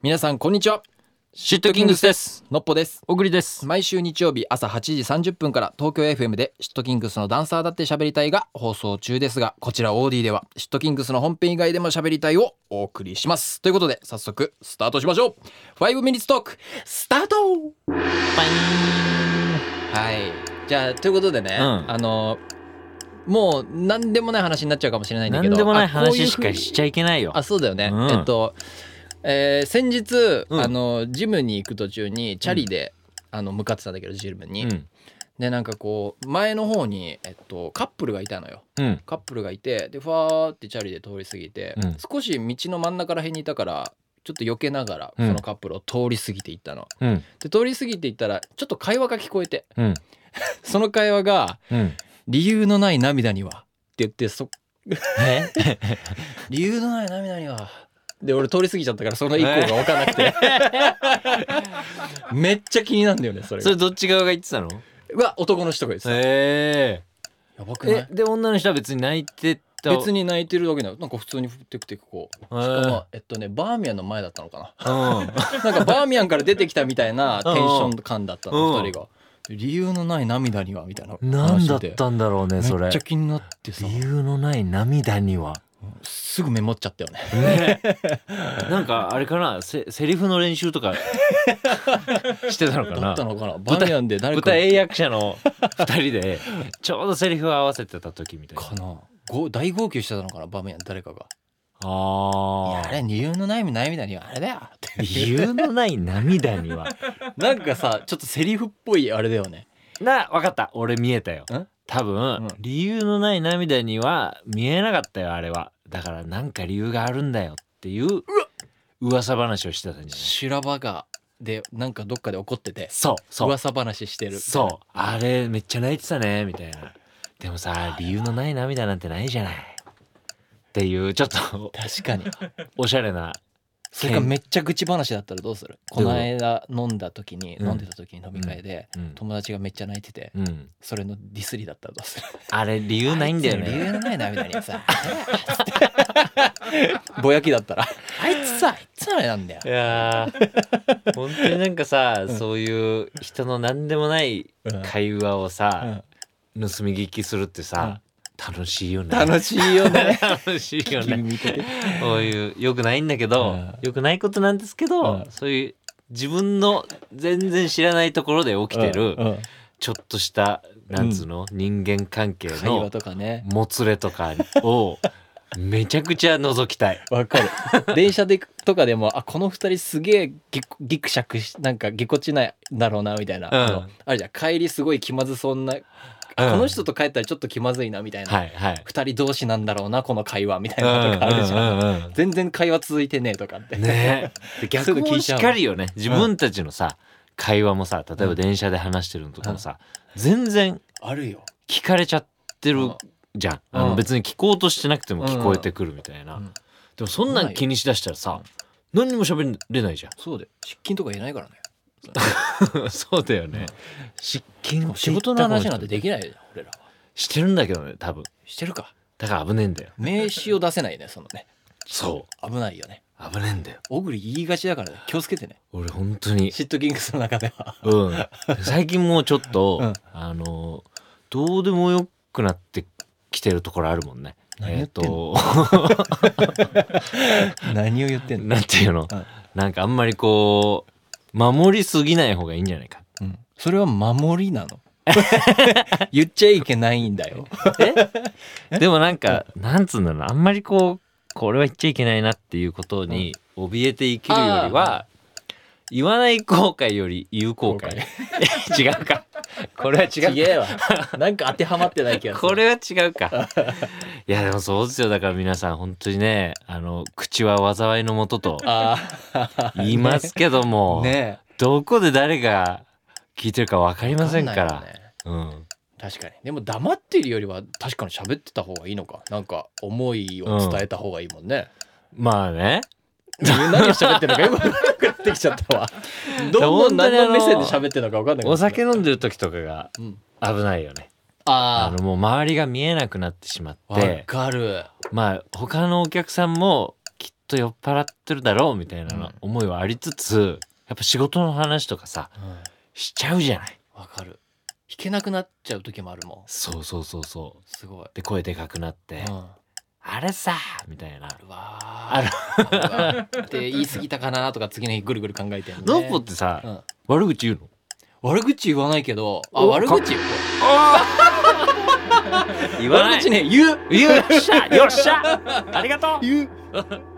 皆さんこんにちはシットキングスですのっぽです小栗です。毎週日曜日朝8時30分から東京 FM でシットキングスのダンサーだって喋りたいが放送中ですがこちらオーディではシットキングスの本編以外でも喋りたいをお送りしますということで早速スタートしましょう5ミニッツトークスタートはいじゃあということでね、うんあのもう何でもない話になっちゃうかもしれないんだけ何どでもないあこうい話うしふうかにしちゃいけないよ。あそうだよね、うんえっと、えー先日、うんあのジムに行く途中にチャリで、あの向かってたんだけどジムに、うん。でなんかこう前の方に、えっと、カップルがいたのようん。カップルがいてでファーってチャリで通り過ぎて、うん少し道の真ん中ら辺にいたからちょっと避けながらうんそのカップルを通り過ぎていったの、うん。で通り過ぎていったらちょっと会話が聞こえてうん。その会話がうん。 「理由のない涙には」って言ってそえ理由のない涙にはで俺通り過ぎちゃったからその一個が分かんなくて めっちゃ気になるんだよねそれ そがれどっち側が言ってたのは男の人が言ってたえやばくなえい。で、女の人は別に泣いてた。別に泣いてるわけないなんか普通に振ってくてこうしへーかもえっとねバーミヤンの前だったのかうん。ななんかバーミヤンから出てきたみたいなテンション感だったのうん二人が理由のない涙にはみたいな何話だっでたんだろうね、そめれっちゃ。気になってさ理由のない涙には。すぐメモっちゃったよねね、 なんかあれかなせセリフの練習と かしてたのかだなったのかなバーミヤンで誰舞か台英訳者の2人 でちょうどセリフを合わせてた時みたいなかなご大号泣してたのかなバーミヤン誰かがいやああーれ理由のない悩みだにはあれだよって理由のない涙には なんかさちょっとセリフっぽいあれだよね な分かった俺見えたよん多分、うん理由のない涙には見えなかったよあれはだからなんか理由があるんだよっていう噂話をしてたんじゃない修羅場がでなんかどっかで怒っててそうそう噂話してるそうあれめっちゃ泣いてたねみたいなでもさ理由のない涙なんてないじゃないっていうちょっと確 かにおしゃれなそれかめっちゃ愚痴話だったらどうするどこうの間飲んだ時にうん飲んでた時に飲み会でうん、友達がめっちゃ泣いててうん、それのディスりだったらどうするあれ理由ないんだよあいつ理ね由のない涙には さぼやきだったらあいつさいつあれなんだよいやー本当になんかさ、うんそういう人の何でもないうん会話をうさ、ん盗み聞きするってさ、楽しいよね楽しいよ ね楽しいよ君ね見ててこういうよくないんだけど、うんよくないことなんですけど、うんそういう自分の全然知らないところで起きてる、うんうんちょっとしたなんつうの、人間関係会話のとかねもつれとかをめちゃくちゃ覗きたい。わかる電車でとかでもあこの二人すげえぎこぎくしゃくしなんかぎこちないだろうなみたいな、うんあのあるじゃん帰りすごい気まずそうな、あこの人と帰ったらちょっと気まずいなみたいな、はいはい。二人同士なんだろうなこの会話みたいなのとかあるじゃん,、うんうんうんうん全然会話続いてねえとかって、ねえ逆もしっかりよね自ゃう分たちのさ会話もさ例えば電車で話してるのとかもさ全然あるよ聞かれちゃってうるんじゃんうんあの別に聞こうとしてなくても聞こえてくるみたいなうんでもそんなん気にしだしたらさ何にも喋れないじゃそうだよ出勤とか言えないからね ん そうだよね失禁仕事の話なんてできないじゃん俺らはしてるんだけどね多分してるかだから危ねえんだよ名刺を出せないねそのねそ危ないよねう危ねえんだよ小栗言いがちだからね気をつけてね俺本当にシットキングスの中ではうん、最近もうちょっと、うんあのどうでもよくなってきてるところあるもんね。何言ってんのえーと 何を言ってんの なんていうの、うんなんかあんまりこう守りすぎない方がいいんじゃないか。うん、それは守りなの 言っちゃいけないんだよでもなんか、なんつうんだろうなあんまりこうこれは言っちゃいけないなっていうことに怯えて生きるよりは、言わない後悔より言う後悔 違うかこれは違うか違えわなんか当てはまってない気がするこれは違うか いやでもそうですよだから皆さん本当にねあの口は災いのもととああ言いますけども、ねどこで誰が聞いてるか分かりえませんからわんないよねうん、確かにでも黙ってるよりは確かに喋ってた方がいいのかなんか思いを伝えた方がいいもんね、まあね何を喋ってるのかよく分からなくなってきちゃったわどんどん何の目線で喋ってるのか分かんないお酒飲んでる時とかがうん危ないよねああのもう周りが見えなくなってしまっあわてかるまあ他のお客さんもきっと酔っ払ってるだろうみたいうんな思いはありつつ、やっぱ仕事の話とかさしちゃうじゃないわかる弾けなくなっちゃう時もあるもんそうそうそうそうすごい、で声でかくなって、うん、あれさみたいなあるわあるあるわって言い過ぎたかなとか次の日ぐるぐる考えてるねノッポってさ、うん悪 口言うの悪口言わないけどあお悪口言悪口ね言うよっしゃよっしゃありがとう言う